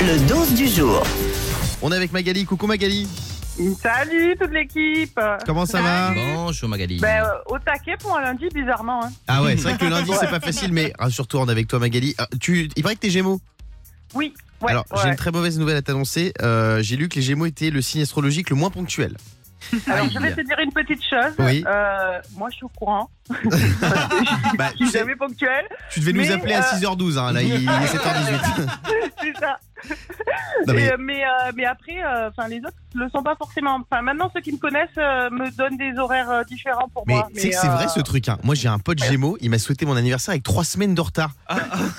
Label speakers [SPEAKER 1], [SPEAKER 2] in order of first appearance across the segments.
[SPEAKER 1] Le dose du jour.
[SPEAKER 2] On est avec Magali. Coucou Magali.
[SPEAKER 3] Salut toute l'équipe
[SPEAKER 2] Comment ça va
[SPEAKER 4] Bonjour Magali.
[SPEAKER 3] ben, euh, Au taquet pour un lundi, bizarrement. hein.
[SPEAKER 2] Ah ouais, c'est vrai que le lundi c'est pas facile, mais rassure-toi, on est avec toi Magali. Ah, tu... Il paraît que t'es Gémeaux.
[SPEAKER 3] Oui, ouais,
[SPEAKER 2] Alors j'ai
[SPEAKER 3] ouais.
[SPEAKER 2] une très mauvaise nouvelle à t'annoncer. Euh, j'ai lu que les Gémeaux étaient le signe astrologique le moins ponctuel.
[SPEAKER 3] Alors,
[SPEAKER 4] Aïe.
[SPEAKER 3] je vais te dire une petite chose.
[SPEAKER 2] Oui.
[SPEAKER 3] Euh, moi, je suis au courant.
[SPEAKER 2] Bah,
[SPEAKER 3] Je
[SPEAKER 2] tu,
[SPEAKER 3] suis
[SPEAKER 2] sais,
[SPEAKER 3] jamais ponctuel.
[SPEAKER 2] tu devais
[SPEAKER 3] Mais,
[SPEAKER 2] nous appeler à
[SPEAKER 3] euh,
[SPEAKER 2] 6h12, hein, là il, il est 7h18.
[SPEAKER 3] C'est ça.
[SPEAKER 2] Non, mais-
[SPEAKER 3] Et, euh, mais, euh, mais après, euh, enfin, les autres ne le sont pas forcément. Enfin, maintenant, ceux qui me connaissent euh, me donnent des horaires euh, différents pour
[SPEAKER 2] Mais
[SPEAKER 3] moi.
[SPEAKER 2] tu sais que c'est
[SPEAKER 3] euh,
[SPEAKER 2] vrai ce truc. Hein. Moi j'ai un pote Gémeaux, il m'a souhaité mon anniversaire avec 3 semaines de retard.
[SPEAKER 5] Ah,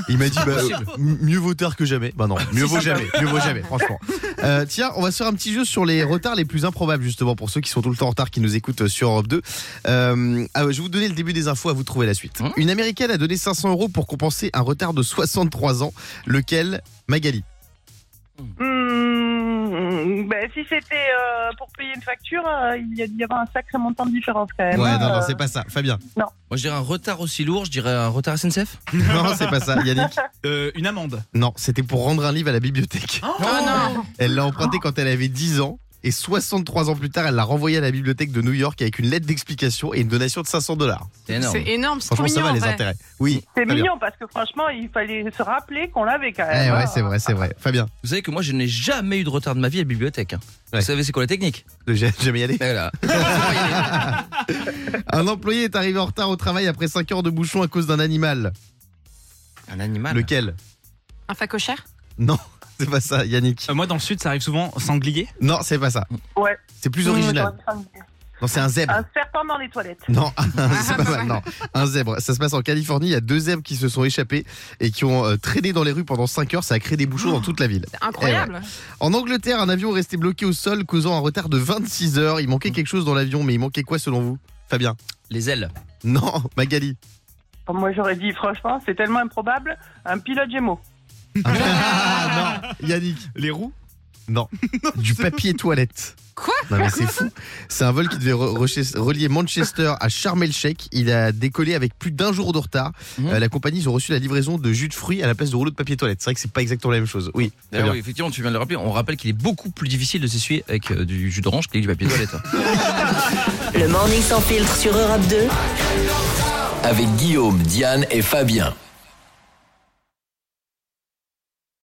[SPEAKER 2] Il m'a dit bah, euh, m- mieux vaut tard que jamais. Bah non, mieux vaut jamais, mieux vaut jamais, franchement. Euh, tiens, on va se faire un petit jeu sur les retards les plus improbables justement pour ceux qui sont tout le temps en retard qui nous écoutent euh, sur Europe 2. Euh, ah ouais, je vais vous donner le début des infos, à vous de trouver la suite.
[SPEAKER 4] Hein
[SPEAKER 2] Une américaine a donné 500 euros pour compenser un retard de 63 ans, lequel Magali.
[SPEAKER 3] hmm, ben, si c'était euh, pour payer une facture, euh, il y a- il y avait un sacré montant de différence quand même.
[SPEAKER 2] Ouais, non, non,
[SPEAKER 3] Euh,
[SPEAKER 2] c'est pas ça. Fabien.
[SPEAKER 4] Moi je dirais un retard aussi lourd, je dirais un retard SNCF.
[SPEAKER 2] Non, c'est pas ça. Yannick.
[SPEAKER 5] Euh, une amende.
[SPEAKER 2] Non, c'était pour rendre un livre à la bibliothèque.
[SPEAKER 4] Oh, Ah, non
[SPEAKER 2] Elle l'a emprunté quand elle avait 10 ans. Et 63 ans plus tard, elle l'a renvoyé à la bibliothèque de New York avec une lettre d'explication et une donation de 500 dollars.
[SPEAKER 4] C'est énorme.
[SPEAKER 6] C'est énorme, c'est trop
[SPEAKER 2] Franchement,
[SPEAKER 6] mignon.
[SPEAKER 2] ça va
[SPEAKER 6] en
[SPEAKER 2] les
[SPEAKER 6] vrai.
[SPEAKER 2] intérêts. Oui.
[SPEAKER 3] C'est
[SPEAKER 2] Fabien.
[SPEAKER 3] mignon parce que franchement, il fallait se rappeler qu'on l'avait quand
[SPEAKER 2] Eh
[SPEAKER 3] même.
[SPEAKER 2] ouais,
[SPEAKER 3] hein.
[SPEAKER 2] c'est vrai, c'est vrai. Fabien,
[SPEAKER 4] Vous savez que moi je n'ai jamais eu de retard de ma vie à la bibliothèque. hein.
[SPEAKER 2] Ouais.
[SPEAKER 4] Vous savez c'est quoi la technique
[SPEAKER 2] j'ai- j'aime y aller.
[SPEAKER 4] Voilà.
[SPEAKER 2] Un employé est arrivé en retard au travail après 5 heures de bouchon à cause d'un animal.
[SPEAKER 4] Un animal.
[SPEAKER 2] Lequel
[SPEAKER 6] Un facochère
[SPEAKER 2] Non, c'est pas ça, Yannick.
[SPEAKER 5] Euh, moi, dans le sud, ça arrive souvent sanglier.
[SPEAKER 2] Non, c'est pas ça.
[SPEAKER 3] Ouais. Mm. Ah.
[SPEAKER 2] C'est plus original. Non, c'est un zèbre.
[SPEAKER 3] Un serpent dans les toilettes.
[SPEAKER 2] Non, c'est pas mal, non. Un zèbre. Ça se passe en Californie. Il y a deux zèbres qui se sont échappés et qui ont euh, traîné dans les rues pendant 5 heures. Ça a créé des bouchons dans toute la ville.
[SPEAKER 6] C'est incroyable.
[SPEAKER 2] En Angleterre, un avion resté bloqué au sol causant un retard de 26 heures. Il manquait quelque chose dans l'avion, mais il manquait quoi selon vous Fabien
[SPEAKER 4] hein. Les ailes.
[SPEAKER 2] Non, Magali.
[SPEAKER 3] Bon, Moi, j'aurais dit, franchement, c'est tellement improbable, un pilote Gémeaux.
[SPEAKER 2] Ah, non, Yannick.
[SPEAKER 5] Les roues.
[SPEAKER 2] Non. Du papier toilette.
[SPEAKER 6] Quoi
[SPEAKER 2] Non mais c'est fou. C'est un vol qui devait re- reche- relier Manchester à Sharm el Sheikh. Il a décollé avec plus d'un jour de retard.
[SPEAKER 4] Mhm.
[SPEAKER 2] Euh, la compagnie ils ont reçu la livraison de jus de fruits à la place de rouleaux de papier toilette. C'est vrai que c'est pas exactement la même chose. Oui. très
[SPEAKER 4] D'ailleurs,
[SPEAKER 2] bien.
[SPEAKER 4] oui, effectivement, tu viens de le rappeler, on rappelle qu'il est beaucoup plus difficile de s'essuyer avec euh, du jus d'orange qu'avec du papier toilette. hein.
[SPEAKER 1] Le morning sans filtre sur Europe 2.
[SPEAKER 7] avec Guillaume, Diane et Fabien.